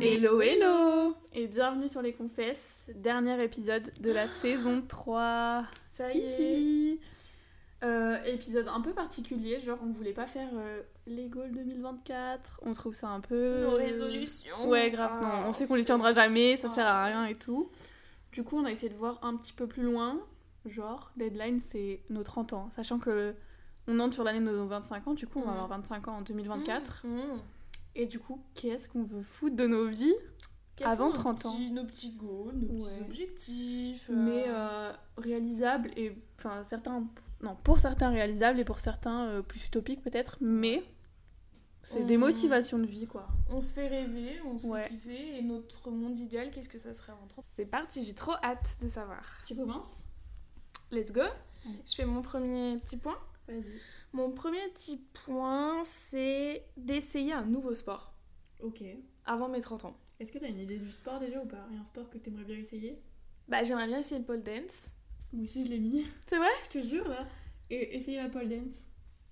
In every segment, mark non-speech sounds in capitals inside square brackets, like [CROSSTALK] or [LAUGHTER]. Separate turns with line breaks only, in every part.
Hello, hello Et bienvenue sur Les Confesses, dernier épisode de la saison 3.
Ça y est.
Hihi. Euh, épisode un peu particulier, genre on voulait pas faire euh, les goals 2024, on trouve ça un peu...
Nos résolutions. Ah,
Ouais, grave, non, on sait qu'on les tiendra jamais, ça sert à rien et tout. Du coup, on a essayé de voir un petit peu plus loin, genre, deadline c'est nos 30 ans, sachant que on entre sur l'année de nos 25 ans, du coup on va
Mhm.
avoir 25 ans en 2024.
24.
Et du coup, qu'est-ce qu'on veut foutre de nos vies Avant 30 ans.
Nos petits goals, nos
Ouais.
petits objectifs. euh,
mais euh, réalisable et enfin certains non pour certains réalisables et pour certains euh, plus utopiques peut-être mais c'est des
On-
motivations de vie quoi
On se fait rêver, on se
Ouais.
fait kiffer. Et notre monde idéal, qu'est-ce que ça serait avant 30 C'est parti, j'ai trop hâte de savoir.
tu commences
Let's go. Je fais mon premier petit point.
vas-y
Mon premier petit point, c'est d'essayer un nouveau sport
ok
avant mes 30 ans.
est-ce que t'as une idée du sport déjà ou pas un sport que t'aimerais bien essayer
Bah, j'aimerais bien essayer le pole dance.
moi aussi je l'ai [LAUGHS] mis
C'est vrai
je te jure là et essayer la pole dance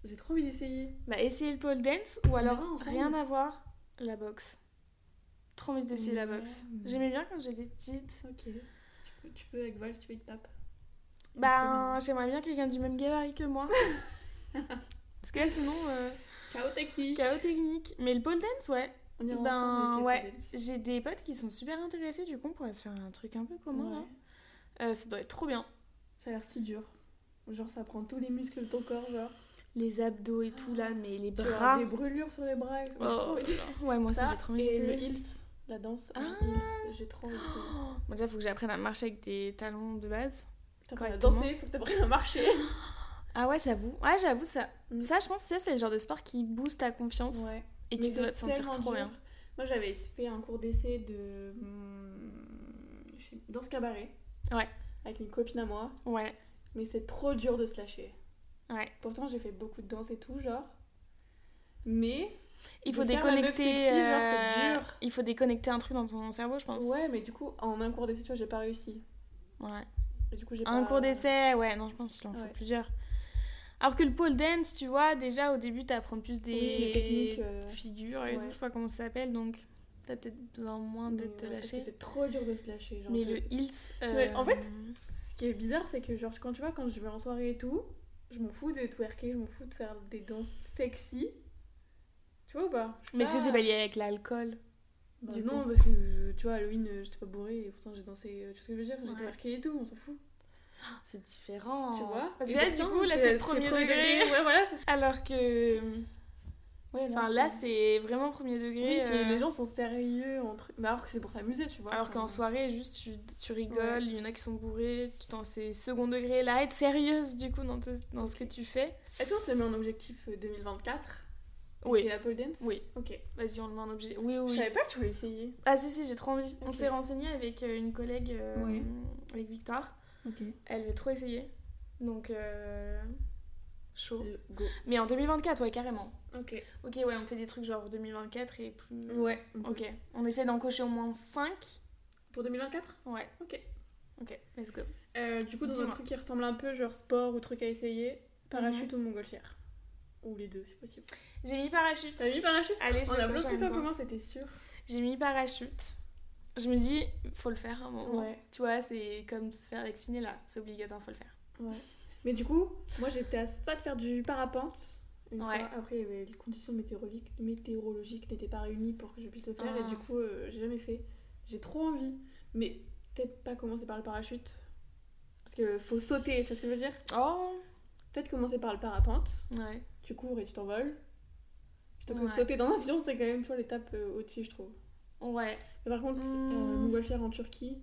j'ai trop envie d'essayer
Bah, essayer le pole dance ou
On
alors
verra ensemble.
rien à voir, la boxe. Trop envie d'essayer la
Ouais,
boxe.
mais-
J'aimais bien quand j'étais petite.
ok tu peux, tu peux avec Val tu peux te taper
Ben, j'aimerais bien quelqu'un du même gabarit
[LAUGHS]
que moi. Parce que là, sinon, euh,
chaos technique
chaos technique. Mais le pole dance, ouais.
on ira ensemble
ben,
essayer le
ouais.
pole dance.
J'ai des potes qui sont super intéressés, du coup, on pourrait se faire un truc un peu commun.
Ouais.
là. Euh, ça doit être trop bien.
hein ça a l'air si dur genre ça prend tous les muscles de ton corps genre
Les abdos et tout, là, mais les
Ah. Tu vas avoir
bras.
Des brûlures sur les bras et tout. J'ai
Oh,
trop envie de-
[LAUGHS] Ouais, moi aussi,
Ça,
j'ai trop envie
Et le
d'essayer.
heels, la danse. en
Ah.
heels, J'ai trop envie de ça.
Oh, Bon, déjà, faut que j'apprenne à marcher avec des talons de base.
Putain, faut la
Correctement.
danser, faut que t'apprennes à marcher.
Ah ouais, j'avoue. Ouais, j'avoue, ça.
Mm.
Ça, je pense, tu sais, c'est le genre de sport qui booste ta confiance. Et
Mais
tu dois
c'est
te sentir
tellement
trop
dur.
bien.
Moi j'avais fait un cours d'essai de. hmm, je sais- danse cabaret.
Ouais.
Avec une copine à moi.
Ouais,
Mais c'est trop dur de se lâcher.
ouais.
Pourtant j'ai fait beaucoup de danse et tout, genre. Mais.
Il
De
faut
faire la meuf
déconnecter.
sexy, genre, c'est
euh,
dur.
Il faut déconnecter un truc dans ton cerveau, je pense.
Ouais, mais du coup, en un cours d'essai, tu vois, j'ai pas réussi.
Ouais.
Et du coup, j'ai
Un
pas-
cours d'essai, ouais, non, je pense qu'il en faut
Ouais.
plusieurs. Alors que le pole dance, tu vois, déjà au début, t'apprends plus des
Oui, les techniques, euh,
figures et
ouais.
tout, je sais pas comment ça s'appelle, donc t'as peut-être besoin moins
Mais
de te
ouais, parce que
lâcher.
C'est trop dur de se lâcher. Genre
Mais
de-
le heels.
vois, en
euh,
fait, Ce qui est bizarre, c'est que genre quand tu vois, quand je vais en soirée et tout, je m'en fous de twerker, je m'en fous de faire des danses sexy. Tu vois ou pas
Mais est-ce que c'est
pas
pas lié avec l'alcool
du
du
non,
coup
parce que euh, tu vois, Halloween, euh, j'étais pas bourrée et pourtant j'ai dansé, euh, tu vois ce que je veux dire J'ai
Ouais.
twerké et tout, on s'en fout.
C'est différent.
Tu vois
Parce
Et
que là, du
pourtant,
coup, là, c'est le premier degré.
Ouais, voilà.
[LAUGHS]
c'est-
Alors que.
Ouais,
Enfin, là, c'est vraiment premier
Oui,
degré.
puis
euh,
les gens sont sérieux entre. Mais alors que c'est pour s'amuser, tu vois.
Alors qu'en
enfin,
soirée, juste tu, tu rigoles, il y en a qui sont bourrés, tu t'en c'est second degré. Là, être sérieuse du coup dans, te- dans ce que tu fais.
Est-ce qu'on se met en objectif euh, 2024
Oui.
C'est la pole dance
Oui.
Ok.
Vas-y, on le met en objet. Oui,
Je
oui.
savais pas que tu voulais essayer.
Ah, si, si, j'ai trop envie. On
Ok.
s'est renseigné avec euh, une collègue, euh,
Ouais.
avec Victoire.
Ok.
Elle veut trop essayer. Donc, euh, chaud.
Go.
Mais en 2024, ouais, carrément.
Ok.
Ok, ouais, on fait des trucs genre 2024 et plus.
Ouais.
Ok, on essaie d'en cocher au moins 5.
Pour 2024
Ouais.
Ok.
Ok, let's go.
Euh, du coup, dans un
Dis-moi.
truc qui ressemble un peu, genre sport ou truc à essayer, parachute
Mhm.
ou montgolfière. Ou les deux, c'est possible.
J'ai mis parachute.
T'as mis parachute
Allez, Ah, je
On
vais
a
le
plein de
cocher en
trucs
même
en commun,
temps.
c'était sûr.
J'ai mis parachute. Je me dis, faut le faire à un moment.
Ouais.
Tu vois, c'est comme se faire vacciner là, c'est obligatoire, faut le faire.
Mais du coup, moi j'étais à ça de faire du parapente. Une
Ouais.
fois. Après, il y avait les conditions météorologiques, météorologiques n'étaient pas réunies pour que je puisse le faire.
Ah.
Et du coup, euh, j'ai jamais fait. J'ai trop envie. Mais peut-être pas commencer par le parachute. Parce que faut sauter, tu vois ce que je veux dire
Oh
Peut-être commencer par le parapente.
Ouais.
tu cours et tu t'envoles. Plutôt que
Ouais.
sauter dans l'avion, c'est quand même tu vois, l'étape euh, au-dessus, je trouve.
Ouais.
Mais par contre,
Mm.
euh, montgolfière en Turquie.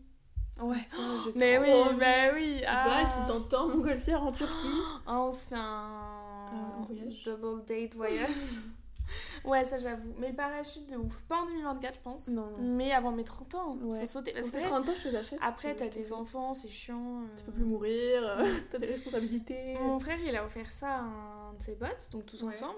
Ouais.
ça, j'ai
Oh, Mais
trop
oui,
envie.
bah oui.
Val,
Ah.
si t'entends montgolfière en Turquie.
Ah, on se fait
Un
un.
voyage.
Double date
[LAUGHS]
voyage. ouais, ça j'avoue. Mais le parachute de ouf. Pas en 2024, je pense.
Non, non.
Mais avant mes 30 ans.
Ouais.
Faut sauter.
Parce
Parce que
que
là,
30 ans, je te l'achète.
après,
tu vois,
t'as
je te
des Hmm.
fais.
enfants, c'est chiant.
Tu
euh.
peux plus mourir, euh, t'as des responsabilités.
Mon frère, il a offert ça à un de ses potes, donc tous
Ouais.
ensemble.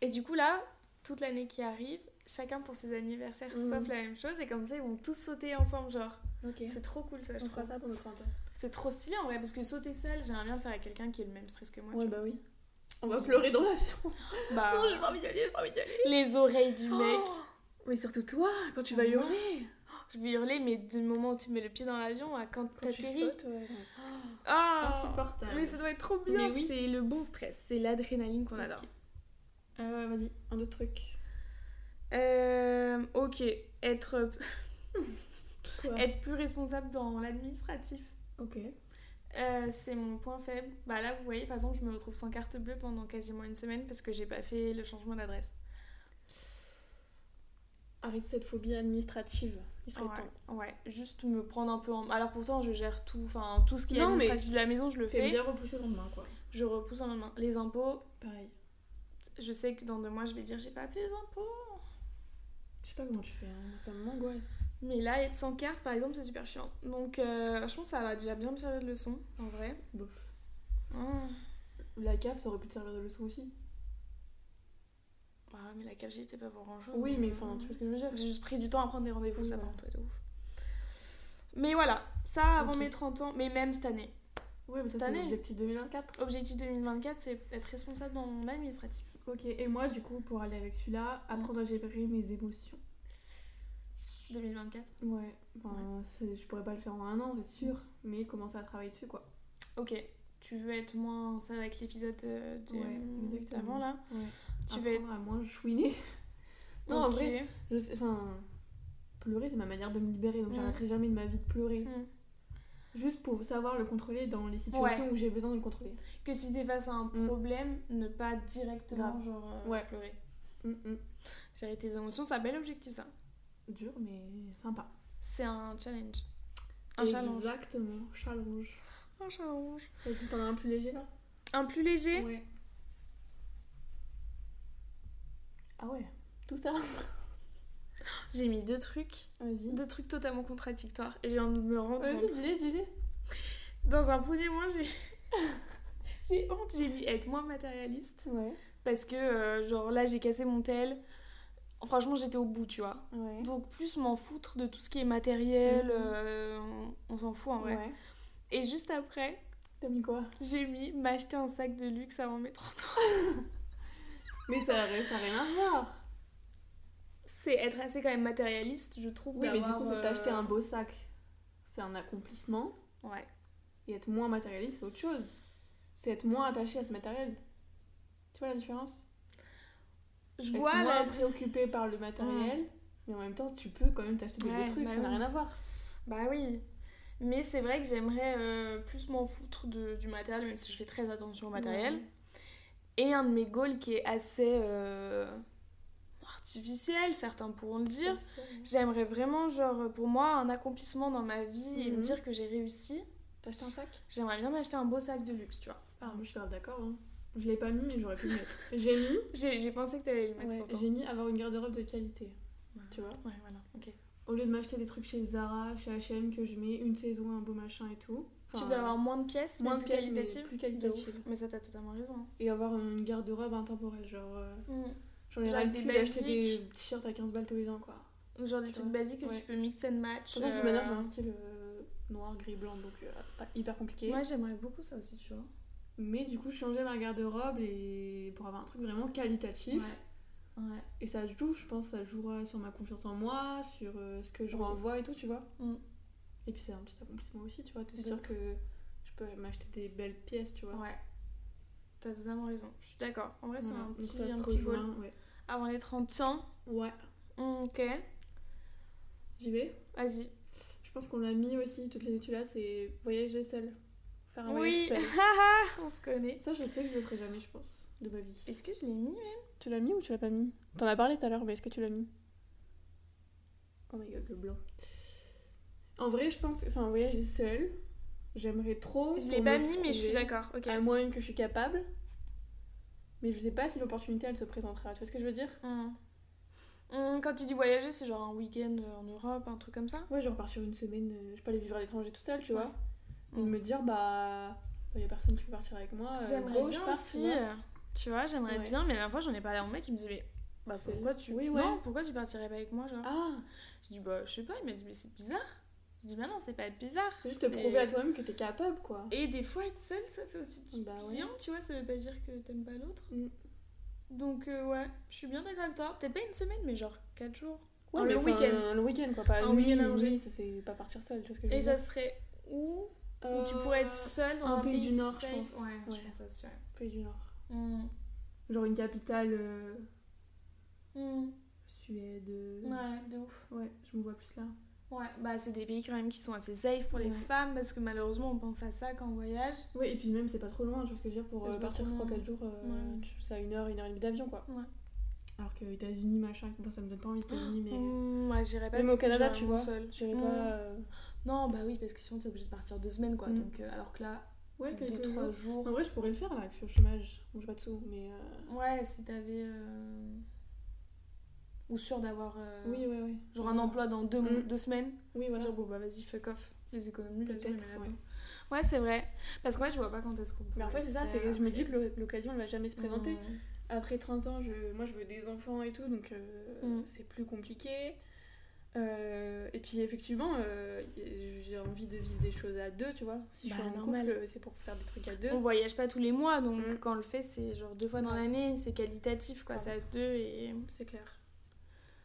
Et du coup, là, toute l'année qui arrive, chacun pour ses anniversaires,
Mhm.
sauf la même chose. Et comme ça, ils vont tous sauter ensemble, genre.
Ok.
C'est trop cool, ça, je
On fera
trouve.
ça pour nos 30 ans.
C'est trop stylé, en vrai, parce que sauter seul, j'aimerais bien le faire avec quelqu'un qui est le même stress que moi.
Ouais,
tu
bah oui. On va
J'ai-
pleurer dans l'avion. [LAUGHS]
vois. Bah, [LAUGHS]
Non, j'ai pas envie d'y aller, j'ai pas envie d'y aller.
les oreilles du mec.
Oh Oui, surtout toi, quand tu
Moi.
vas hurler.
Je vais hurler, mais du moment où tu mets le pied dans l'avion à quand
Quand tu
t'atterris.
sautes, ouais.
Ah
Insupportable.
Mais ça doit être trop bien,
Mais oui.
c'est le bon stress, c'est l'adrénaline qu'on adore.
Ok. Euh, Vas-y, un autre truc.
Euh, ok, être, euh,
Quoi
[LAUGHS] être plus responsable dans l'administratif.
Ok.
Euh, c'est mon point faible. Bah là, vous voyez, par exemple, je me retrouve sans carte bleue pendant quasiment une semaine parce que j'ai pas fait le changement d'adresse.
Arrête cette phobie administrative. Il serait temps.
Ouais. ouais, juste me prendre un peu en. Alors pourtant, je gère tout, enfin tout ce qui est
Non, mais
administratif de la maison, je le
T'es
fais.
bien repoussé le lendemain, quoi.
Je repousse en lendemain. Les impôts,
Pareil.
je sais que dans deux mois, je vais dire j'ai pas appelé les impôts.
Je sais pas comment tu fais, hein. ça m'angoisse.
Mais là, être sans carte, par exemple, c'est super chiant. Donc, euh, je pense que ça va déjà bien me servir de leçon, en vrai.
Bof.
Mmh.
La cave, ça aurait pu te servir de leçon aussi.
Bah, mais la CAFJ, t'es pas pour grand chose.
Ah Oui, mais enfin, tu vois ce que je veux dire.
J'ai juste pris du temps à prendre des rendez-vous,
Oui, bah.
ça par
voilà.
contre, ouais, de ouf. Mais voilà, ça avant
Ok.
mes 30 ans, mais même cette année.
Oui, mais ça,
Cette
c'est
année.
l'objectif 2024.
Objectif 2024, c'est être responsable dans mon administratif.
Ok, et moi, du coup, pour aller avec celui-là, apprendre à gérer mes émotions.
2024.
Ouais, enfin, c'est- je pourrais pas le faire en un an, c'est sûr, mais commencer à travailler dessus, quoi.
Ok, tu veux être moins ça avec l'épisode euh, de-
Ouais, exactement.
d'avant là
Ouais.
Tu
apprendre
veux être.
à moins chouiner. [LAUGHS] non, en
Ok.
vrai, je sais- enfin, pleurer, c'est ma manière de me libérer, donc
Ouais.
j'arrêterai jamais de ma vie de pleurer.
Hmm.
Juste pour savoir le contrôler dans les situations où j'ai besoin de le contrôler.
Que si t'es face à un
Mm.
problème, ne pas directement
Grave.
genre euh,
Ouais.
pleurer.
Hum, hum.
Gérer tes émotions, c'est un bel objectif ça.
Dur, mais sympa.
C'est un challenge. Un challenge.
Exactement, challenge.
Un challenge.
Vas-y, t'en as un plus léger là
Un plus léger
Ouais. Ah ouais, tout ça
J'ai mis deux trucs.
Vas-y.
Deux trucs totalement contradictoires. Et je viens de me rendre
Vas-y,
compte.
dis-le, dis-le.
Dans un premier mois, j'ai. [LAUGHS] j'ai honte, j'ai mis être moins matérialiste.
Ouais,
Parce que, euh, genre, là, j'ai cassé mon tel. Franchement, j'étais au bout, tu vois.
ouais.
Donc, plus m'en foutre de tout ce qui est matériel.
Mhm.
euh, on on s'en fout en vrai.
Ouais.
Et juste après,
T'as mis quoi
j'ai mis m'acheter un sac de luxe avant mes 30 ans.
Mais ça n'a ça a rien à voir.
C'est être assez quand même matérialiste, je trouve.
Oui, mais du
d'avoir,
coup, c'est t'acheter
euh,
un beau sac. C'est un accomplissement.
Ouais.
Et être moins matérialiste, c'est autre chose. C'est être moins attaché à ce matériel. Tu vois la différence
Je
Être
vois
moins
la-
préoccupé par le matériel, mais en même temps, tu peux quand même t'acheter des
Ouais,
beaux trucs.
bah
ça n'a
oui.
rien à voir.
Bah oui. Mais c'est vrai que j'aimerais euh, plus m'en foutre de- du matériel, même si je fais très attention au matériel. Et un de mes goals qui est assez euh, artificiel, certains pourront le dire. J'aimerais vraiment, genre, pour moi, un accomplissement dans ma vie et me
Mhm.
dire que j'ai réussi.
T'achètes un sac
J'aimerais bien m'acheter un beau sac de luxe, tu vois.
Ah, moi je suis grave d'accord. hein. Je l'ai pas mis, mais j'aurais pu le
[LAUGHS]
mettre. J'ai mis,
J'ai j'ai pensé que t'allais le mettre
ouais,
pourtant.
j'ai mis avoir une garde-robe de qualité.
Ouais.
Tu vois
Ouais, voilà, ok.
Au lieu de m'acheter des trucs chez Zara, chez HM, que je mets une saison, un beau machin et tout.
tu
Enfin,
veux avoir moins de pièces,
moins
mais
de
plus
pièces, mais
qualitatives
plus
De ouf.
qualitatives.
Mais ça, t'as totalement raison. hein.
Et avoir une garde-robe intemporelle. Genre, euh, j'en ai
Genre
ras le
avec des
cul d'acheter des
basiques.
t-shirts à 15 balles tous les ans quoi.
Genre des
Tu
trucs
vois
basiques que
Ouais.
tu peux mix and match.
De toute façon, de toute manière,
euh,
j'ai un style euh, noir, gris, blanc, donc euh, c'est pas hyper compliqué.
Moi, j'aimerais beaucoup ça aussi, tu vois.
Mais du coup, je changeais ma garde-robe et pour avoir un truc vraiment qualitatif.
Ouais. Ouais.
Et ça joue, je pense, ça jouera sur ma confiance en moi, sur euh, ce que je
Oui.
renvoie et tout, tu vois.
Mm.
Et puis c'est un petit accomplissement aussi, tu vois. T'es
De
sûr
ouf.
que je peux m'acheter des belles pièces, tu vois.
Ouais. T'as totalement raison. Je suis d'accord. En vrai, c'est
Voilà.
un
Donc
petit,
ça
un
se
petit
rejoint,
goal.
Ouais.
Avant les 30 ans.
Ouais.
Mm, Ok.
J'y vais.
Vas-y. [LAUGHS]
Je pense qu'on l'a mis aussi, toutes les études là, c'est voyager seul. Faire un
Oui.
voyage seul.
[LAUGHS] On se connaît.
Ça, je sais que je le ferai jamais, je pense, de ma vie.
Est-ce que je l'ai mis même
Tu l'as mis ou tu l'as pas mis T'en as parlé tout à l'heure, mais est-ce que tu l'as mis Oh my god, le blanc. En vrai, je pense. Enfin, voyager seul, j'aimerais trop.
Je
pour
l'ai
me
pas mis, mais je
prouver
suis d'accord. Ok.
À moins que je suis capable. Mais je sais pas si l'opportunité elle se présentera. Tu vois ce que je veux dire
Mm. Mm, Quand tu dis voyager, c'est genre un week-end euh, en Europe, un truc comme ça
Ouais, genre partir une semaine, euh, je peux aller vivre à l'étranger tout seul, tu vois. Et
Mm.
me dire, bah. Il y a personne qui peut partir avec moi. euh,
J'aimerais
go, je
bien
pars, tu
aussi.
vois.
euh, Tu vois, j'aimerais
Ouais.
bien. Mais la dernière fois, j'en ai parlé à un mec qui me disait Mais bah,
Fais-le.
pourquoi, tu...
Oui,
non,
ouais.
pourquoi tu partirais pas avec moi genre
Ah,
Je dis bah je sais pas, il m'a dit mais c'est bizarre. Je dis bah non c'est pas bizarre.
c'est juste te
c'est-
prouver à toi-même que t'es capable, quoi.
Et des fois être seule ça fait aussi du
Bah ouais.
bien, tu vois, ça veut pas dire que t'aimes pas l'autre.
Mm.
Donc euh, ouais, je suis bien d'accord avec toi. Peut-être pas une semaine mais genre 4 jours.
Ouais,
Un
mais
long
enfin,
week-end.
Le week-end, quoi. Pas
Un
une nuit,
week-end
une
allongé.
nuit, ça c'est pas partir seul, tu vois ce que je veux
Et
dire.
ça serait où Où tu pourrais être seule dans
Euh, un
un,
pays du Nord, je
safe
pense.
Ouais, je
Ouais.
pense aussi, ouais.
Euh, Pays du Nord.
Mm.
Genre une capitale euh,
Mm.
Suède. euh,
Ouais, de ouf.
Ouais, je me vois plus là.
Ouais, bah c'est des pays quand même qui sont assez safe pour les
Ouais.
femmes parce que malheureusement on pense à ça quand on voyage.
Oui, et puis même, c'est pas trop loin, tu vois ce que je veux dire, pour
C'est
euh,
pas
partir
trop loin.
3-4 jours, euh,
Ouais.
tu- c'est à 1 heure, 1 heure et demie d'avion, quoi.
Alors que États-Unis, machin, bon, ça me donne pas envie d'États-Unis, mais.
Mm, ouais, j'irais pas
euh, Même au
parce que
Canada,
j'irais
tu
vraiment
vois.
seule.
J'irai
Mm.
pas. euh,
Non, bah oui, parce que sinon t'es obligé de partir deux semaines quoi.
Mm.
Donc, euh, alors que là,
Ouais,
deux,
quelques
trois
jours.
jours.
En vrai, je pourrais le faire là, que je suis au chômage. Bon, j'ai pas de sous, mais. euh,
Ouais, si t'avais. euh, Ou sûr d'avoir. euh,
Oui, ouais, ouais.
Genre un emploi dans deux,
Mm.
deux semaines.
Oui, voilà.
Dire bon bah vas-y, fuck off. Les économies, là,
Peut-être,
tu les mets là-dedans.
ouais.
Ouais, c'est vrai. Parce qu'en fait, je vois pas quand est-ce qu'on peut.
Mais en fait, c'est ça, c'est que je me dis que l'o- l'occasion elle va jamais se présenter.
Mm.
Après 30 ans, je, moi je veux des enfants et tout, donc euh,
Mm.
c'est plus compliqué. Euh, et puis effectivement, euh, y- j'ai envie de vivre des choses à deux, tu vois. Si je
Bah,
suis en
normal.
couple, euh, c'est pour faire des trucs à deux.
On voyage pas tous les mois, donc
Mm.
quand on le fait, c'est genre deux fois dans
Ouais.
l'année, c'est qualitatif quoi,
Ouais.
c'est à deux et.
C'est clair.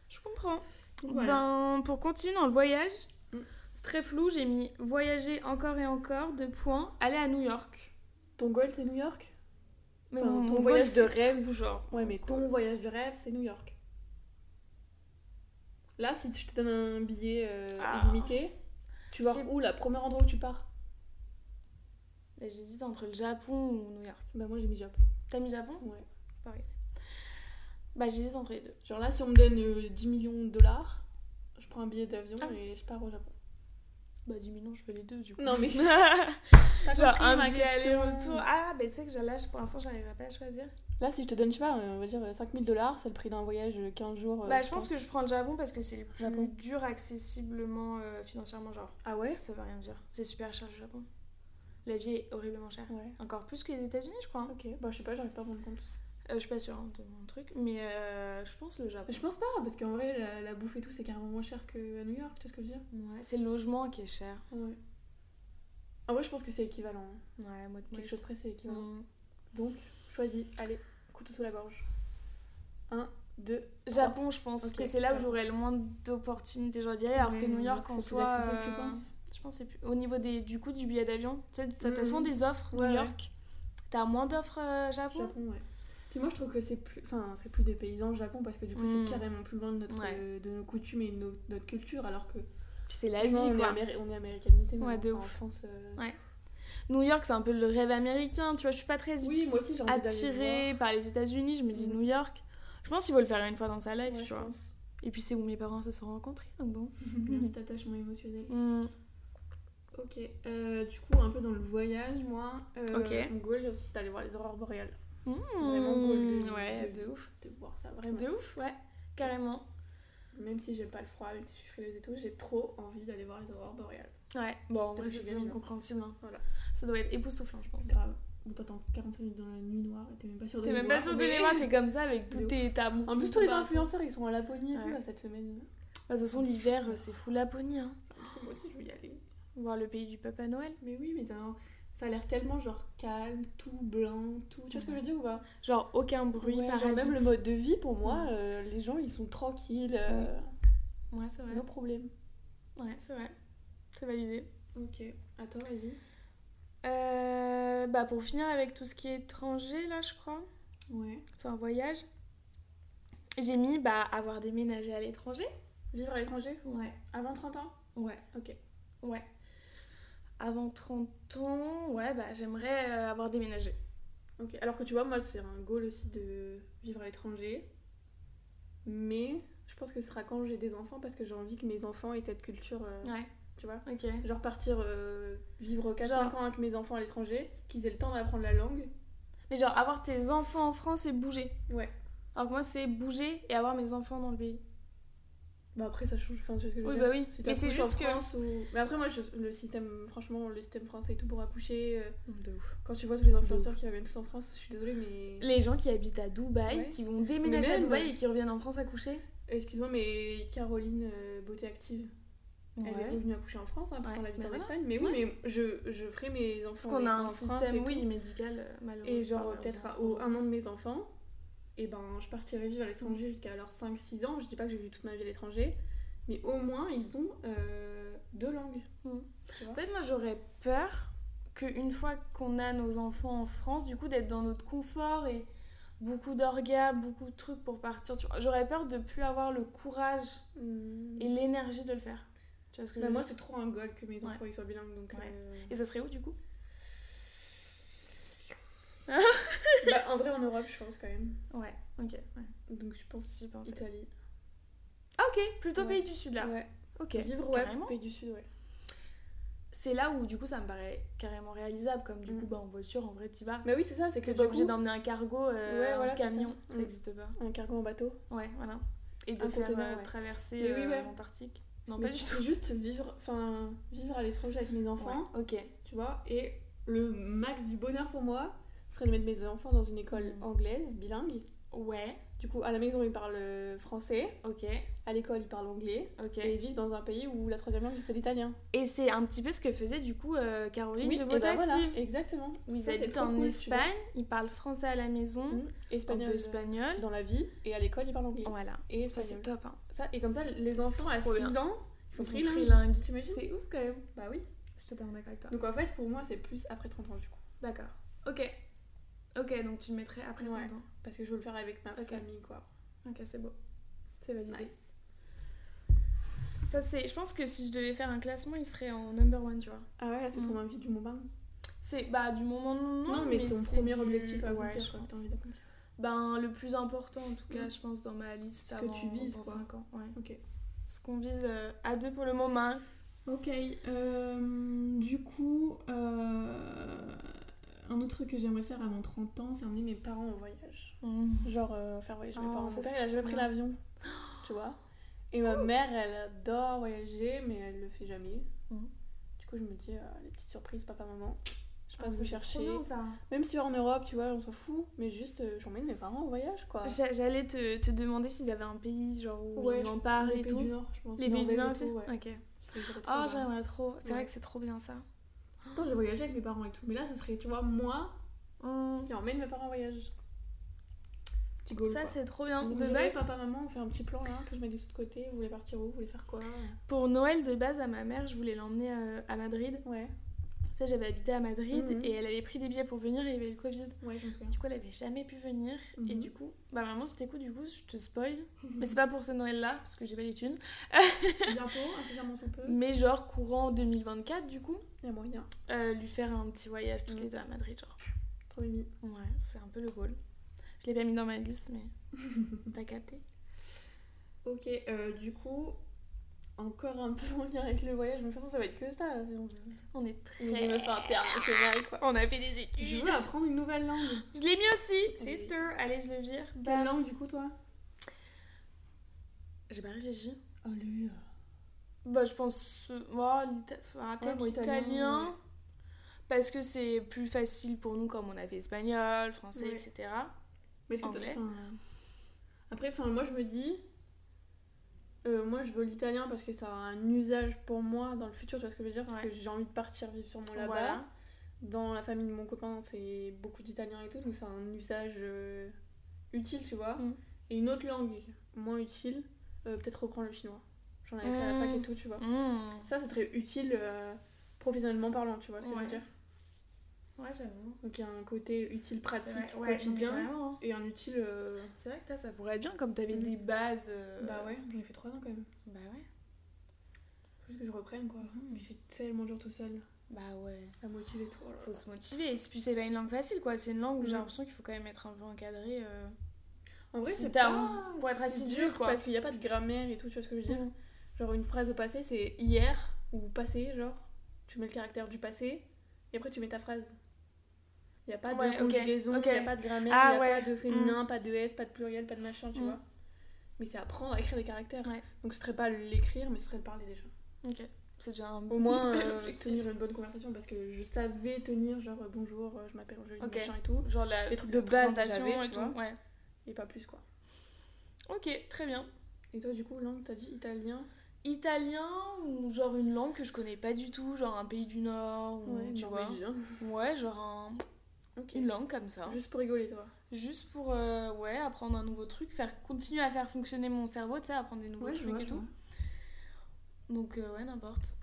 Je comprends.
Voilà.
Ben, pour continuer dans le voyage,
Mm.
c'est très flou, j'ai mis voyager encore et encore, deux points, aller à New York.
Ton goal, c'est New York
Mais
Enfin,
mon-
ton
mon
voyage
goal,
de
c'est
rêve.
tout, genre.
Ouais, mais ton voyage de rêve, c'est New York. Là, si tu te donnes un billet euh,
Ah.
illimité, tu vas
J'ai-
où la première endroit où tu pars
Et J'hésite entre le Japon ou New York.
Bah moi j'ai mis Japon.
T'as mis Japon
Ouais.
Pareil. Bah j'hésite entre
[LAUGHS]
les deux.
Genre là, si on me donne euh, 10 millions de dollars, je prends un billet d'avion
Ah.
et je pars au Japon.
Bah 10 millions, je fais les deux du coup.
Non
[LAUGHS]
mais
Genre
t'as compris
un
ma
billet
question.
aller-retour. Ah, bah tu sais que là, je- pour l'instant, j'arriverai pas à choisir.
Là, si je te donne, je sais pas, euh, on va dire 5000 dollars, c'est le prix d'un voyage euh, 15 jours. euh,
bah je pense que je prends le Japon parce que c'est le plus
Japon.
dur accessiblement euh, financièrement, genre.
Ah ouais
Ça veut rien dire. C'est super cher le Japon. La vie est horriblement chère.
Ouais.
Encore plus que les États-Unis, je crois. hein.
Ok, bah je sais pas, j'arrive pas à prendre compte.
Euh, je suis pas sûre hein, de mon truc, mais euh, je pense le Japon.
Je pense pas, parce qu'en vrai, la, la bouffe et tout, c'est carrément moins cher qu'à New York, tu vois ce que je veux dire
Ouais, c'est le logement qui est cher.
Ouais. En vrai, je pense que c'est équivalent. hein.
Ouais, moi de
Quelque chose près, c'est équivalent.
Mm.
Donc, choisis, allez, couteau sous la gorge. 1, 2,
Japon, je pense, parce
Ok,
que c'est là où
Japon.
j'aurais le moins d'opportunités d'y aller, alors que New York en soi. euh, je pense que c'est plus. Au niveau des, du coût du billet d'avion, tu sais, t'as
Mm.
t'as souvent des offres
Ouais,
New
ouais.
York. T'as moins d'offres euh, Japon.
Japon, ouais. Puis moi, je trouve que c'est plus, enfin, c'est plus des paysans Japon parce que du coup,
Mm.
c'est carrément plus loin de notre,
Ouais.
euh, de nos coutumes et de nos- notre culture, alors que
Puis c'est
tu vois,
l'Asie,
on, est
quoi.
améri- on est américanisé.
Ouais, de
En
ouf.
France. euh,
Ouais. New York, c'est un peu le rêve américain, tu vois. Je suis pas très
Oui, moi aussi, j'ai envie d'aller
attirée par les États-Unis. Je me dis
Mm.
New York. Je pense qu'il faut le faire une fois dans sa
voir.
life,
Ouais,
tu
je
vois. [LAUGHS]
pense.
Et puis c'est où mes parents se sont rencontrés, donc bon.
Un
Mhm.
petit attachement émotionnel.
Mm.
Ok. euh, du coup, un peu dans le voyage, moi. euh,
Ok. Hmm,
Mon goal aussi, c'est d'aller voir les aurores boréales. Vraiment cool de-
Mm. ouais,
de-
de, ouf.
De voir ça vraiment.
De ouf, ouais, carrément.
Même si j'aime pas le froid, même si je suis frileuse et tout, j'ai trop envie d'aller voir les aurores boréales.
Ouais, bon, en
De
vrai, c'est
Bulgarie, hein.
incompréhensible. hein.
Voilà.
Ça doit être époustouflant, je pense.
Grave. On t'attend 45 minutes dans la nuit noire et t'es même pas sûr de
T'es
les
même pas
voir,
sûre de
mais-
les voir, t'es comme ça avec
De
tout
ouf.
tes ta
En plus, tous les
bah,
influenceurs, ils sont à Laponie et tout,
Ouais.
là, cette semaine.
De toute façon, l'hiver, euh, c'est fou Laponie. Hein.
Moi aussi, je veux y aller.
Voir le pays du Papa Noël.
Mais oui, mais ça, ça a l'air tellement, genre, calme, tout blanc, tout... Tu vois ce que je veux dire ou pas
Genre, aucun bruit,
Ouais, genre,
parasite.
même le mode de vie, pour moi,
Ouais.
euh, les gens, ils sont tranquilles, euh,
Ouais, c'est vrai.
no problème.
Ouais, c'est vrai. C'est validé.
Ok, attends, vas-y.
Euh, bah, pour finir avec tout ce qui est étranger, là, je crois.
Ouais.
Enfin, voyage. J'ai mis, bah, avoir déménagé à l'étranger.
Vivre à l'étranger
Ouais.
Avant 30 ans
Ouais.
Ok.
Ouais. Avant 30 ans, ouais, bah, j'aimerais euh, avoir déménagé.
Ok, alors que tu vois, moi, c'est un goal aussi de vivre à l'étranger. Mais je pense que ce sera quand j'ai des enfants, parce que j'ai envie que mes enfants aient cette culture, euh,
Ouais,
tu vois
ok.
Genre partir euh, vivre 4-5
Genre-
ans avec mes enfants à l'étranger, qu'ils aient le temps d'apprendre la langue.
Mais genre, avoir tes enfants en France et bouger.
Ouais.
Alors que moi, c'est bouger et avoir mes enfants dans le pays.
Bah après ça change, enfin tu vois ce que je veux
Oui,
dire.
bah oui.
Si
Mais c'est
t'accouches en
juste que-
France ou- Mais après moi je- le système, franchement le système français et tout pour accoucher, euh,
De ouf.
quand tu vois tous les influenceurs qui reviennent tous en France, je suis désolée mais...
Les gens qui habitent à Dubaï,
Ouais.
qui vont déménager
Mais
à
même, euh,
Dubaï
ouais.
et qui reviennent en France accoucher.
Excuse-moi mais Caroline euh, Beauté Active, elle est revenue accoucher en France, hein, pourtant elle
Ouais,
habite
bah
en
voilà.
Espagne, mais oui mais je, je ferai mes enfants
Parce qu'on
en
a un
France et
système,
tout.
oui, médical, euh, malheureux.
Et
enfin,
genre
malheureusement.
peut-être au un an de mes enfants, et ben je partirai vivre à l'étranger
Mm.
jusqu'à leurs 5-6 ans. Je dis pas que j'ai vécu toute ma vie à l'étranger, mais au moins ils ont euh, deux langues.
En fait, moi, j'aurais peur qu'une fois qu'on a nos enfants en France, du coup, d'être dans notre confort et beaucoup d'orgas, beaucoup de trucs pour partir. tu vois. J'aurais peur de plus avoir le courage et l'énergie de le faire. Tu vois ce que
Bah,
je veux
moi
dire
c'est trop un goal que mes
Ouais.
enfants ils soient bilingues donc.
Ouais.
euh,
Et ça serait où, du coup
bah, en vrai en Europe je pense quand même.
Ouais, ok. Ouais.
Donc je pense
J'y pensais.
Italie.
Ah, ok, plutôt
Ouais.
pays du Sud, là.
Ouais.
Ah, Ok.
Vivre ouais,
carrément.
pays du sud ouais.
C'est là où, du coup, ça me paraît carrément réalisable. Comme, du
Mm.
coup, bah, en voiture, en vrai, t'y vas.
Mais Bah oui c'est ça, c'est que
T'es
du
pas obligé
coup,
d'emmener un cargo, euh,
Ouais, voilà,
un
c'est ça.
camion. Ça
Mm.
n'existe pas.
un cargo en bateau.
Ouais, voilà. Et de
Un
faire
conteneur,
euh,
ouais.
traverser
Mais oui,
euh,
ouais.
l'Antarctique. Non,
Mais
pas du
tu
tout.
peux juste vivre, enfin vivre à l'étranger avec mes enfants,
Ouais, Ok.
tu vois. Et le max du bonheur pour moi serait de mettre mes enfants dans une école
Mm.
anglaise bilingue.
Ouais,
Du coup à la maison ils parlent euh, français,
ok,
à l'école ils parlent anglais.
ok.
et vivre dans un pays où la troisième langue c'est l'italien.
Et c'est un petit peu ce que faisait du coup euh, Caroline de
et ben voilà,
Beautactive.
exactement.
Où ils
Ça, c'est
habitent
trop cool,
en
tu vois.
Espagne, ils parlent français à la maison,
Mmh.
un
Espagnol.
peu espagnol.
Dans la vie et à l'école ils parlent anglais.
Voilà,
Et
ça c'est
espagnol.
top. Hein.
Ça, et comme ça les
C'est
enfants à
trop
6
bien.
ans ils sont
Ils sont
trilingues.
trilingues.
T'imagines
C'est ouf quand même.
Bah oui.
Je suis totalement d'accord avec toi.
Donc en fait pour moi c'est plus après 30 ans du coup.
D'accord. Ok. Ok, donc tu le mettrais après
Ouais.
30 ans.
Parce que je veux le faire avec ma
Ok.
famille quoi.
Ok, c'est beau. C'est validé.
Nice.
Ça c'est. Je pense que si je devais faire un classement, il serait en number one, tu vois.
Ah ouais là c'est ton
Mm.
envie du Mont Blanc.
C'est bah du moment non,
Non, mais, ton
c'est
premier
du-
objectif à
ouais,
accomplir
je
quoi, que t'as
pense.
envie d'accomplir.
Ben, le plus important, en tout cas,
Mm.
je pense, dans ma liste.
Ce que tu
avant-
vises,
dans
quoi.
5 ans, ouais.
Ok.
Ce qu'on vise euh, à deux pour le moment.
Ok, euh, du coup, euh, un autre truc que j'aimerais faire avant 30 ans, c'est emmener mes parents en voyage. Genre euh, faire voyager mes
Oh,
parents.
ça,
Mon père,
c'est
il a
trop
jamais pris [GASPS]
bien.
l'avion, tu vois. Et ma mère, elle adore voyager, mais elle le fait jamais.
Mhm.
Du coup, je me dis, euh, les petites surprises, papa, maman, je
Ah,
passe vous
ça, c'est trop
chercher.
bien, ça.
Même si en Europe, tu vois, on s'en fout, mais juste, euh, j'emmène mes parents en voyage, quoi.
J'a- J'allais te, te demander s'ils avaient un pays genre où
Ouais,
ils en
je-
parlent
les
et
pays
tout.
du Nord, je pense.
Les pays du
Norvège et
Nord,
tout,
c'est-
ouais.
Ok.
Je les aurais trop
Oh,
bien.
j'aimerais trop. C'est vrai
Ouais.
que c'est trop bien ça.
Pourtant, j'ai voyagé avec mes parents et tout, mais là, ça serait, tu vois, moi
Mm.
qui emmène mes parents en voyage. Petit goal,
Ça,
quoi.
c'est trop bien.
Donc,
De
je
base,
dirais, papa, maman, on fait un petit plan là, que je mets des sous de côté, vous voulez partir où, vous voulez faire quoi
pour Noël, de base, à ma mère, je voulais l'emmener euh, à Madrid.
Ouais,
Tu sais, j'avais habité à Madrid
Mhm.
et elle avait pris des billets pour venir et il y avait le Covid.
ouais, je me souviens.
Du coup, elle avait jamais pu venir. Et
Mhm.
du coup, bah maman, c'était cool. Du coup, je te spoil. Mais c'est pas pour ce Noël-là, parce que j'ai pas les thunes.
[LAUGHS] Bientôt, incessamment sous peu,
Mais genre, courant 2024, du coup,
il y a moyen.
euh, lui faire un petit voyage toutes
Mhm.
les deux à Madrid, genre.
Trop mimi.
Ouais, c'est un peu le goal. Je l'ai pas mis dans ma liste,
[LAUGHS]
mais t'as capté.
Ok, euh, du coup, encore un peu en lien avec le voyage, mais de toute façon, ça va être que ça. c'est bon.
On est
On est
très...
meuf internationale, quoi.
On a fait des études.
Je veux apprendre une nouvelle langue.
Je l'ai mis aussi, sister. Allez, je le vire.
Quelle
Bam.
langue, du coup, toi
J'ai pas réfléchi.
Oh, le.
Bah, je pense. euh, moi, l'ita- enfin, peut-être
bon, italien,
l'italien.
ouais.
Parce que c'est plus facile pour nous, comme on a fait espagnol, français,
Ouais.
etc.
Mais est-ce que
Anglais.
t'as- enfin, euh, Après, enfin, moi je me dis. euh, moi je veux l'italien parce que ça a un usage pour moi dans le futur, tu vois ce que je veux dire Parce
Ouais.
que j'ai envie de partir vivre sûrement là-bas.
Voilà.
Dans la famille de mon copain, c'est beaucoup d'italiens et tout, donc c'est un usage euh, utile, tu vois.
Mm.
Et une autre langue moins utile, euh, peut-être reprendre le chinois. J'en avais fait à la fac et
Mm.
tout, tu vois.
Mmh.
Ça, ça serait utile euh, professionnellement parlant, tu vois ce que je
Ouais.
veux dire
Ouais, j'avoue.
Donc il y a un côté utile pratique
C'est vrai. Ouais, non, mais
quotidien
carrément, hein.
et un utile. euh,
C'est vrai que toi, ça pourrait être bien comme t'avais
Mm.
des bases. euh,
Bah ouais, j'en ai fait 3 ans quand même.
Bah ouais.
Faut juste que je reprenne quoi.
Mhm.
Mais c'est tellement dur tout seul,
Bah ouais.
la motiver tout. oh là là.
Faut se motiver. Et puis c'est pas une langue facile quoi. C'est une langue où j'ai
Mm.
l'impression qu'il faut quand même être un peu encadré. euh.
En vrai,
Si
c'est
t'as
pas.
envie- pour être
c'est
assidu,
dur, Mhm.
quoi.
Parce qu'il n'y a pas de grammaire et tout, tu vois ce que je veux dire Genre une phrase au passé, c'est hier ou passé, genre. Tu mets le caractère du passé et après tu mets ta phrase. Il n'y a pas de
Ouais, ok,
conjugaison, il
ok.
a pas de grammaire, il
Ah
a
ouais,
pas de féminin, pas de S, pas de pluriel, pas de machin, tu
Mm.
vois. Mais c'est apprendre à écrire des caractères.
Ouais.
Donc ce serait pas l'écrire, mais ce serait le parler déjà.
Mmh. Ok. C'est déjà un
Au [LAUGHS]
[LAUGHS]
moins
bel
euh,
objectif.
tenir une bonne conversation parce que je savais tenir genre bonjour, euh, je m'appelle Angélique,
Ok.
machin et tout.
Genre la,
les trucs
la
de base
présentation
que j'avais,
et
tu
tout.
vois.
Ouais.
Et pas plus quoi.
Ok, très bien.
Et toi, du coup, langue, t'as dit italien
Italien ou genre une langue que je connais pas du tout, genre un pays du Nord ou tu vois.
norvégien.
Ouais, genre un
bah Ok.
une langue comme ça.
Juste pour rigoler, toi.
Juste pour euh, ouais, apprendre un nouveau truc, faire continuer à faire fonctionner mon cerveau, tu sais, apprendre des nouveaux
Ouais, je
trucs
vois,
et
je
tout. Donc euh, ouais, n'importe.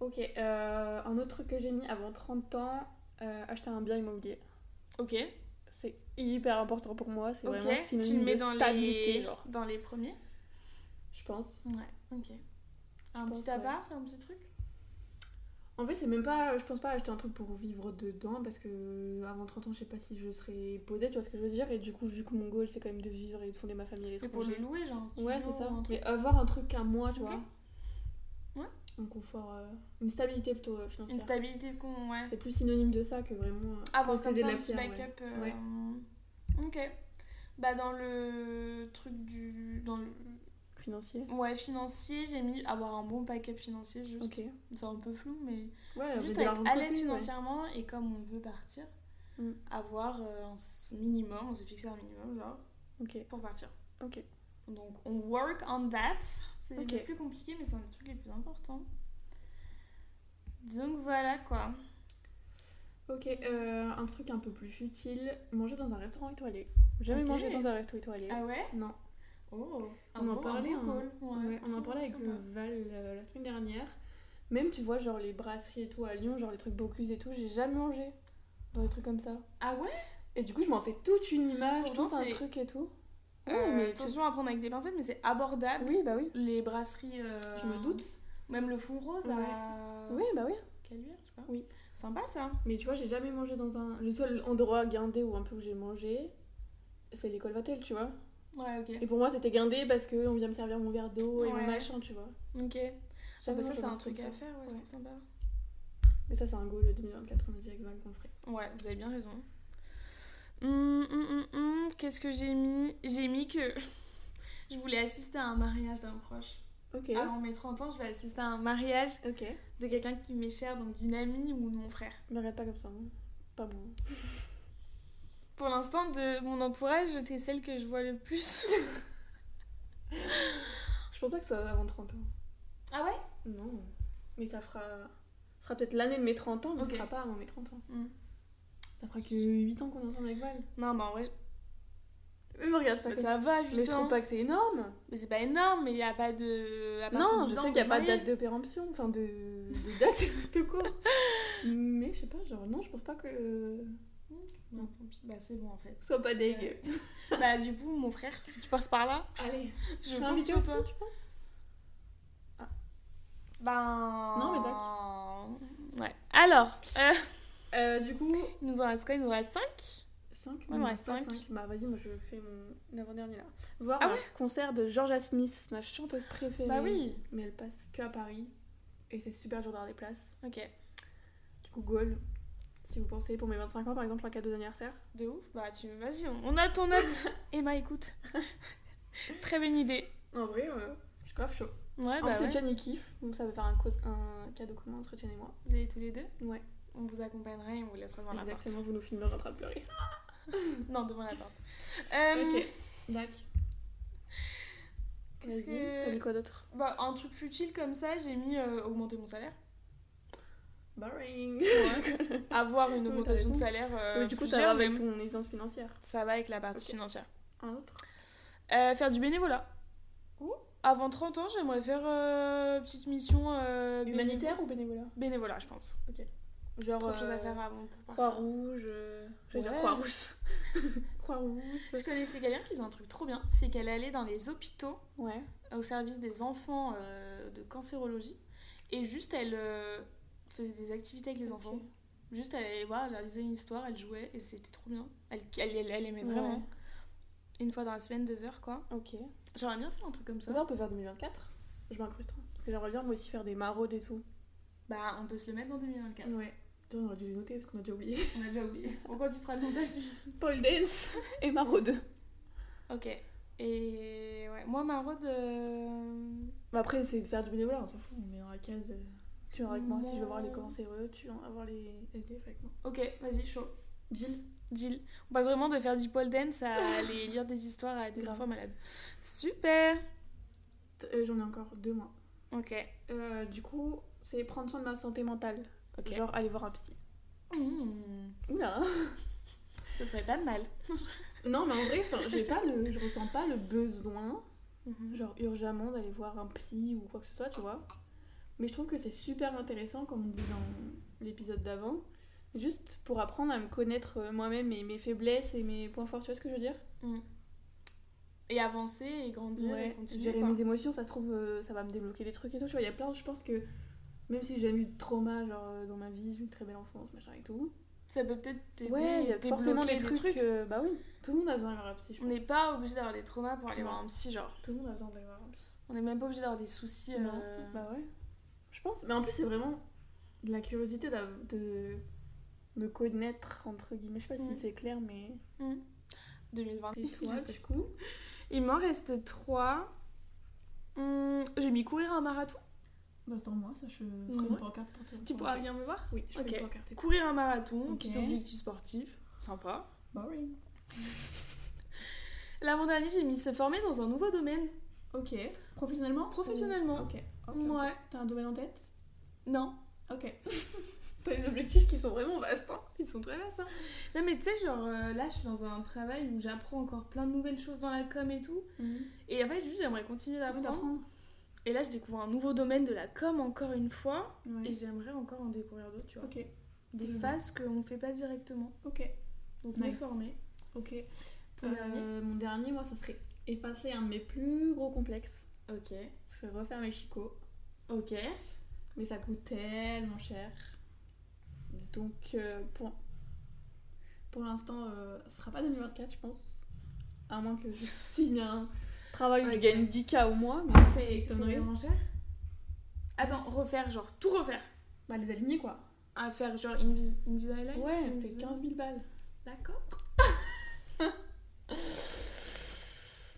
Ok, euh, un autre truc que j'ai mis avant 30 ans, euh, acheter un bien immobilier.
Ok.
C'est hyper important pour moi, c'est
Ok.
vraiment
Tu le
synonyme
mets
de
dans
stabilité,
les
genre,
dans les premiers.
je pense.
Ouais. Ok. Un
Je pense,
petit appart, un petit truc.
En fait, c'est même pas, je pense pas acheter un truc pour vivre dedans, parce que euh, avant 30 ans, je sais pas si je serais posée, tu vois ce que je veux dire, et du coup, vu que mon goal, c'est quand même de vivre et de fonder ma famille à
Et pour le
l'étranger.
louer, genre. un
Ouais,
studio
c'est ça.
ou un truc.
Mais avoir un truc qu'un mois, tu
Ok.
vois.
Ouais.
Un confort, euh, une stabilité plutôt euh, financière.
Une stabilité qu'on ouais.
C'est plus synonyme de ça que vraiment euh,
Avoir Ah, comme
posséder
ça
de
un
la
petit
pierre, ouais.
backup. euh,
Ouais.
Ok. Bah dans le truc du dans le
financier.
ouais financier, j'ai mis avoir un bon backup financier juste.
Ok. Ah,
C'est un peu flou mais
Ouais, avec
juste
de
être
l'argent de
à
côté,
l'aise
ouais.
financièrement et comme on veut partir,
Mm.
avoir euh, un s- minimum, on s'est fixé un minimum genre
Ok,
pour partir.
ok.
Donc on work on that. C'est
Ok.
le plus compliqué mais c'est un des trucs les plus importants. Donc voilà quoi.
Ok, euh, un truc un peu plus futile, manger dans un restaurant étoilé. Jamais
Ok.
mangé dans un resto étoilé.
Ah ouais
Non.
Oh,
On en parlait, hein.
goal.
Ouais, on en
trop
parlait avec
sympa.
euh, Val euh, la semaine dernière. Même tu vois genre les brasseries et tout à Lyon, genre les trucs Bocuse et tout, j'ai jamais mangé dans des trucs comme ça.
Ah ouais
Et du coup, je m'en fais toute une image,
Pourtant,
tout un
c'est-
truc et tout. Ouais,
Euh,
Ah, mais tu-
Attention à prendre avec des pincettes, mais c'est abordable.
Oui, bah oui.
Les brasseries. euh,
Je me doute.
Même le fond rose à.
Oui, bah oui.
Caluire, je sais pas.
Oui.
Sympa ça.
Mais tu vois, j'ai jamais mangé dans un. Le seul endroit guindé ou un peu où j'ai mangé, c'est l'école Vatel, tu vois.
Ouais, ok.
Et pour moi, c'était guindé parce que on vient me servir mon verre d'eau et
Ouais.
mon machin, tu vois.
Ok. Ah
Jamais
bah ça,
mangé
c'est
dans
un
truc
truc à
comme ça.
faire, ouais,
Ouais.
c'est sympa.
Mais ça, c'est un goal 2024, on a dit avec Val qu'on le ferait.
Ouais, vous avez bien raison. Hum, hum, hum, hum, Qu'est-ce que j'ai mis J'ai mis que [LAUGHS] je voulais assister à un mariage d'un proche.
Ok.
Avant mes 30 ans, je vais assister à un mariage
Ok.
de quelqu'un qui m'est cher, donc d'une amie ou de mon frère.
Mais regarde pas comme ça, hein. Pas bon.
Pour l'instant, de mon entourage, t'es celle que je vois le plus.
[LAUGHS] Je pense pas que ça va avant 30 ans.
Ah ouais
Non. Mais ça fera. Ce sera peut-être l'année de mes 30 ans, mais
Ok.
ce sera pas avant mes 30 ans.
Mm.
Ça fera que 8 ans qu'on est ensemble avec Val.
Non, bah en vrai,
Mais me regarde pas
bah,
comme
ça va,
Mais je
justement.
trouve pas que c'est énorme.
Mais c'est pas énorme, mais il a pas de. à partir
Non,
de
je
10 ans,
sais qu'il n'y a
on
pas
se
de
marie.
date de péremption, enfin de, [LAUGHS] de date tout court. Mais je sais pas, genre non, je pense pas que
Non, tant pis. Bah c'est bon en fait.
ce soit pas dégueu.
bah du coup, mon frère, si tu passes par là,
Allez, [LAUGHS]
je
je vais
compte
inviter
sur
aussi,
toi.
tu penses
Ben.
Non, mais
d'accord. Ouais. Alors, euh,
euh, Du coup,
il nous en reste quoi Il nous reste 5
5
Ouais, ouais, cinq.
Bah vas-y, moi je fais mon avant-dernier là. Voir
Ah
un concert de Georgia Smith, ma chanteuse préférée.
Bah oui.
Mais elle passe que à Paris et c'est super dur d'avoir des places.
Ok.
Du coup, goal. Si vous pensez pour mes 25 ans par exemple, un cadeau d'anniversaire.
De ouf. Bah tu. Vas-y, on on a
[LAUGHS]
ton note. Emma, écoute. [LAUGHS] Très bonne idée.
En vrai, euh, je suis grave chaud.
Ouais,
en
bah
plus,
ouais.
Etienne, il kiffe, donc ça va faire un, cause- un cadeau commun entre Etienne et moi.
Vous allez tous les deux
Ouais.
On vous accompagnera et on vous laissera devant la porte.
Exactement, vous nous filmerez en train de pleurer.
Non, devant la porte. Euh,
Ok, Dac.
Qu'est-ce
Vas-y, t'as mis
que...
quoi d'autre
Bah, un truc futile comme ça, j'ai mis euh, augmenter mon salaire.
Boring. [LAUGHS]
Avoir une
mais t'as
augmentation de
raison.
salaire. euh,
Mais du coup, ça
plusieurs,
va avec
mais
ton aisance financière.
Ça va avec la partie
Ok.
financière.
Un autre
Euh, faire du bénévolat.
Oh.
Avant 30 ans, j'aimerais faire euh, petite mission euh, bénévo-
Humanitaire ou bénévolat
Bénévolat, je pense.
Genre.
Trop de choses à
euh,
faire avant pour partir.
Croix-Rouge. euh, J'allais
Ouais.
dire Croix-Rouge.
[LAUGHS]
Croix-Rouge.
Je connaissais quelqu'un qui faisait un truc trop bien, c'est qu'elle allait dans les hôpitaux
Ouais.
au service des enfants euh, de cancérologie et juste elle euh, faisait des activités avec les
Ok.
enfants. Juste elle allait voir, elle leur lisait une histoire, elle jouait et c'était trop bien. Elle, elle, elle- elle aimait vraiment.
Ouais.
Une fois dans la semaine, deux heures quoi.
Ok.
J'aimerais bien faire un truc comme ça.
Ça, on peut faire 2024 Je m'incruste. hein. Parce que j'aimerais bien moi aussi faire des maraudes et tout.
Bah on peut se le mettre dans 2024.
Ouais. Putain, On aurait dû les noter parce qu'on a déjà oublié. [LAUGHS]
On a
[LAUGHS]
déjà oublié. Pourquoi tu feras le montage du-
Paul Dance et maraude.
Ok. Et ouais, moi maraude. euh,
Bah,
Mais après, c'est faire du bénévolat, on s'en fout. On met dans la case. euh, Tu viens avec moi si je veux voir les
Non.
euh,
cancéreux, tu viens voir les SDF avec moi.
Ok, vas-y, chaud.
Jill
Deal. On passe vraiment de faire du pole
[LAUGHS]
dance à aller lire des histoires à des
Grave.
enfants malades. Super.
Euh, J'en ai encore deux mois.
Ok.
Euh, du coup, c'est prendre soin de ma santé mentale.
Ok.
Genre aller voir un psy.
Mmh.
Oula
Ça serait pas mal.
[LAUGHS] Non, mais en vrai, enfin, j'ai pas le, je ressens pas le besoin, genre urgemment d'aller voir un psy ou quoi que ce soit, tu vois. Mais je trouve que c'est super intéressant, comme on dit dans l'épisode d'avant, juste pour apprendre à me connaître euh, moi-même et mes faiblesses et mes points forts, tu vois ce que je veux dire
Et avancer et grandir et
Ouais,
continuer.
gérer
quoi.
mes émotions, ça se trouve, euh, ça va me débloquer des trucs et tout. Tu vois, il y a plein, je pense que même si j'ai jamais eu de trauma, genre euh, dans ma vie, j'ai eu une très belle enfance, machin et tout.
Ça peut peut-être t'aider.
Ouais, il y a
débloquer
forcément des trucs. euh, bah oui, tout le monde a besoin d'aller voir un psy, je
On
pense.
n'est pas obligé d'avoir des traumas pour aller
Non.
voir un psy, genre.
Tout le monde a besoin d'aller voir un psy.
On n'est même pas obligé d'avoir des soucis.
Non,
euh,
bah ouais. Je pense. Mais en plus, c'est vraiment de la curiosité d'av- de me connaître, entre guillemets. Je sais pas
Mm. Ah,
si c'est clair, mais.
hmm. 2020. [LAUGHS]
Et toi, du coup
Il m'en reste 3. J'ai mis courir un marathon.
Bah, attends, moi, ça, je ferai
Ouais.
une pancarte pour toi.
Tu pourras venir me voir
Oui, je
Ok.
ferai une pancarte. et tout.
Courir un marathon,
Ok.
petit objectif sportif, sympa.
Boring.
L'avant-dernier, j'ai mis se former dans un nouveau domaine,
Ok. Professionnellement
professionnellement.
Ok. Oh. ok, ok.
Ouais.
T'as un domaine en tête
Non,
Ok.
[LAUGHS] T'as des objectifs qui sont vraiment vastes, hein
ils sont très vastes. hein. Non, mais tu sais, genre euh, là, je suis dans un travail où j'apprends encore plein de nouvelles choses dans la com et tout.
Mhm.
Et en fait, juste, j'aimerais continuer
Ah, oui,
d'apprendre.
d'apprendre.
et là, je découvre un nouveau domaine de la com encore une fois.
Ouais.
Et j'aimerais encore en découvrir d'autres, tu vois.
Ok.
Des
Je vois.
phases qu'on ne fait pas directement.
Ok.
Donc, me
Nice.
former.
Ok.
Ton
Euh,
dernier
Mon dernier, moi, ça serait effacer un de mes plus gros complexes.
Ok.
C'est refaire mes chicots.
Ok.
Mais ça coûte tellement cher. Donc, euh, pour, pour l'instant, euh, ce sera pas 2024, je pense. À moins que je [LAUGHS] signe un travail où je
Ouais.
gagne 10K au mois. Mais
C'est c'est
Conneries.
vraiment cher Attends, refaire, genre tout refaire.
bah, les aligner, quoi.
À faire genre Invis Invisalign
Ouais, c'est
Invisalign.
15 000 balles.
D'accord.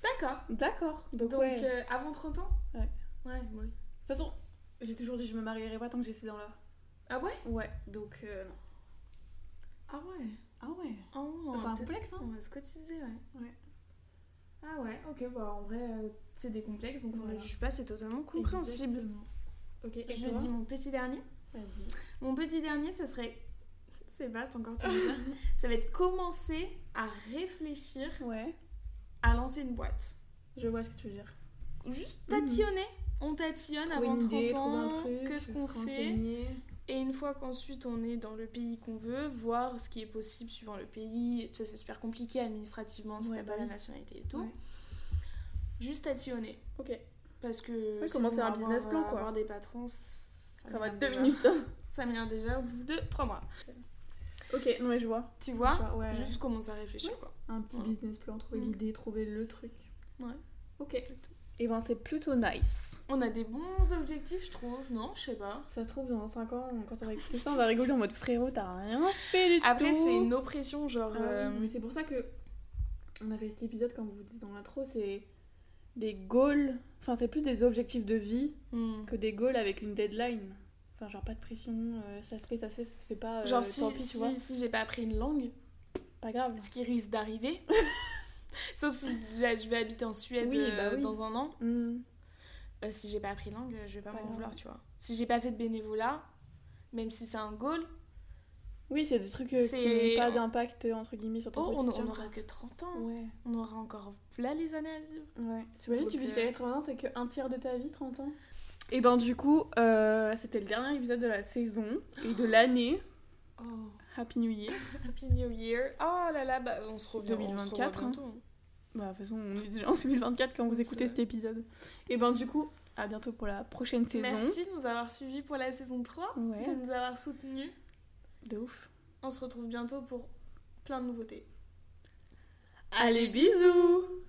D'accord.
D'accord. Donc,
Donc
ouais. De
euh, avant 30 ans
Ouais.
Ouais, oui.
toute façon, j'ai toujours dit je me marierai pas tant que j'ai ces dents-là.
Ah ouais
Ouais, donc euh, non.
Ah ouais.
Ah ouais.
Ah ouais, on
c'est
va
un
peut-être-
complexe, hein.
On va se cotiser, ouais.
Ouais.
Ah ouais, ok, bah en vrai, euh, c'est des complexes, donc on ne
Voilà.
juge pas, c'est totalement compréhensible.
Exactement. Ok, et
Je
toi
dis mon petit dernier.
Vas-y.
Mon petit dernier, ça serait. C'est vaste encore, tu vas me dire.
[LAUGHS]
Ça va être commencer à réfléchir
Ouais,
à lancer une boîte.
je vois ce que tu veux dire.
Juste tâtionner. On tâtionne
Hmm. Trouver
avant
une
30
idée, trouver un
ans.
truc,
Qu'est-ce qu'on
se
fait
renseigner.
Et une fois qu'ensuite on est dans le pays qu'on veut, voir ce qui est possible suivant le pays. Ça c'est super compliqué administrativement si
Ouais,
t'as
bah
pas la
oui.
nationalité et tout.
Ouais.
Juste tâtionner.
Ok.
Parce que.
Ouais,
c'est
commencer
bon,
un
avoir-
business plan, quoi.
Avoir des patrons, ça,
Ça va
m'énerve
deux
déjà.
minutes.
Ça m'énerve déjà au bout de trois mois.
[LAUGHS] ok, non mais je vois.
Tu vois
Je vois, ouais.
Juste commencer à réfléchir quoi.
Un petit
Voilà.
business plan, trouver
Mm.
l'idée, trouver le truc.
Ouais.
Ok. Et ben c'est plutôt nice.
On a des bons objectifs, je trouve, non Je sais pas.
Ça se trouve, dans 5 ans, quand on va écouter ça, on va rigoler en mode frérot, t'as rien fait du
Après,
tout.
c'est une oppression, genre.
Ah oui,
euh,
Mais c'est pour ça que on a fait cet épisode, comme vous dites dans l'intro, c'est des goals. Enfin, c'est plus des objectifs de vie
hmm.
que des goals avec une deadline. Enfin, genre pas de pression, euh, ça se fait, ça se fait, ça se fait pas. euh,
Genre, si,
tant pis, tu vois.
si, si j'ai pas appris une langue,
Pas grave.
ce qui risque [LAUGHS] d'arriver. Sauf si je, je vais habiter en Suède
Oui, bah
euh,
oui.
dans un an.
Mm.
Euh, si j'ai pas appris langue, euh, je vais pas,
Pas
m'en
grave.
vouloir, tu vois. Si j'ai pas fait de bénévolat, même si c'est un goal,
Oui, c'est des trucs euh, qui
C'est-
n'ont pas d'impact, euh, entre guillemets, sur ton
oh, on,
quotidien.
on aura que 30 ans.
Ouais.
On aura encore là les années à vivre.
Ouais. Tu imagines,
Donc,
tu vis jusqu'à
euh,
80 ans, c'est qu'un tiers de ta vie, 30 ans Et ben du coup, euh, c'était le dernier épisode de la saison et [GASPS] de l'année.
Oh,
Happy New Year.
Happy New Year. Oh là là, bah, on se revient
2024,
on
hein.
se revoit bientôt.
Bah, de toute façon, on est déjà en 2024 quand vous
Oui, c'est
écoutez
vrai.
cet épisode. Et ben du coup, à bientôt pour la prochaine saison.
Merci de nous avoir suivis pour la saison 3, de
Ouais,
nous avoir soutenus.
de ouf.
On se retrouve bientôt pour plein de nouveautés.
Allez, bisous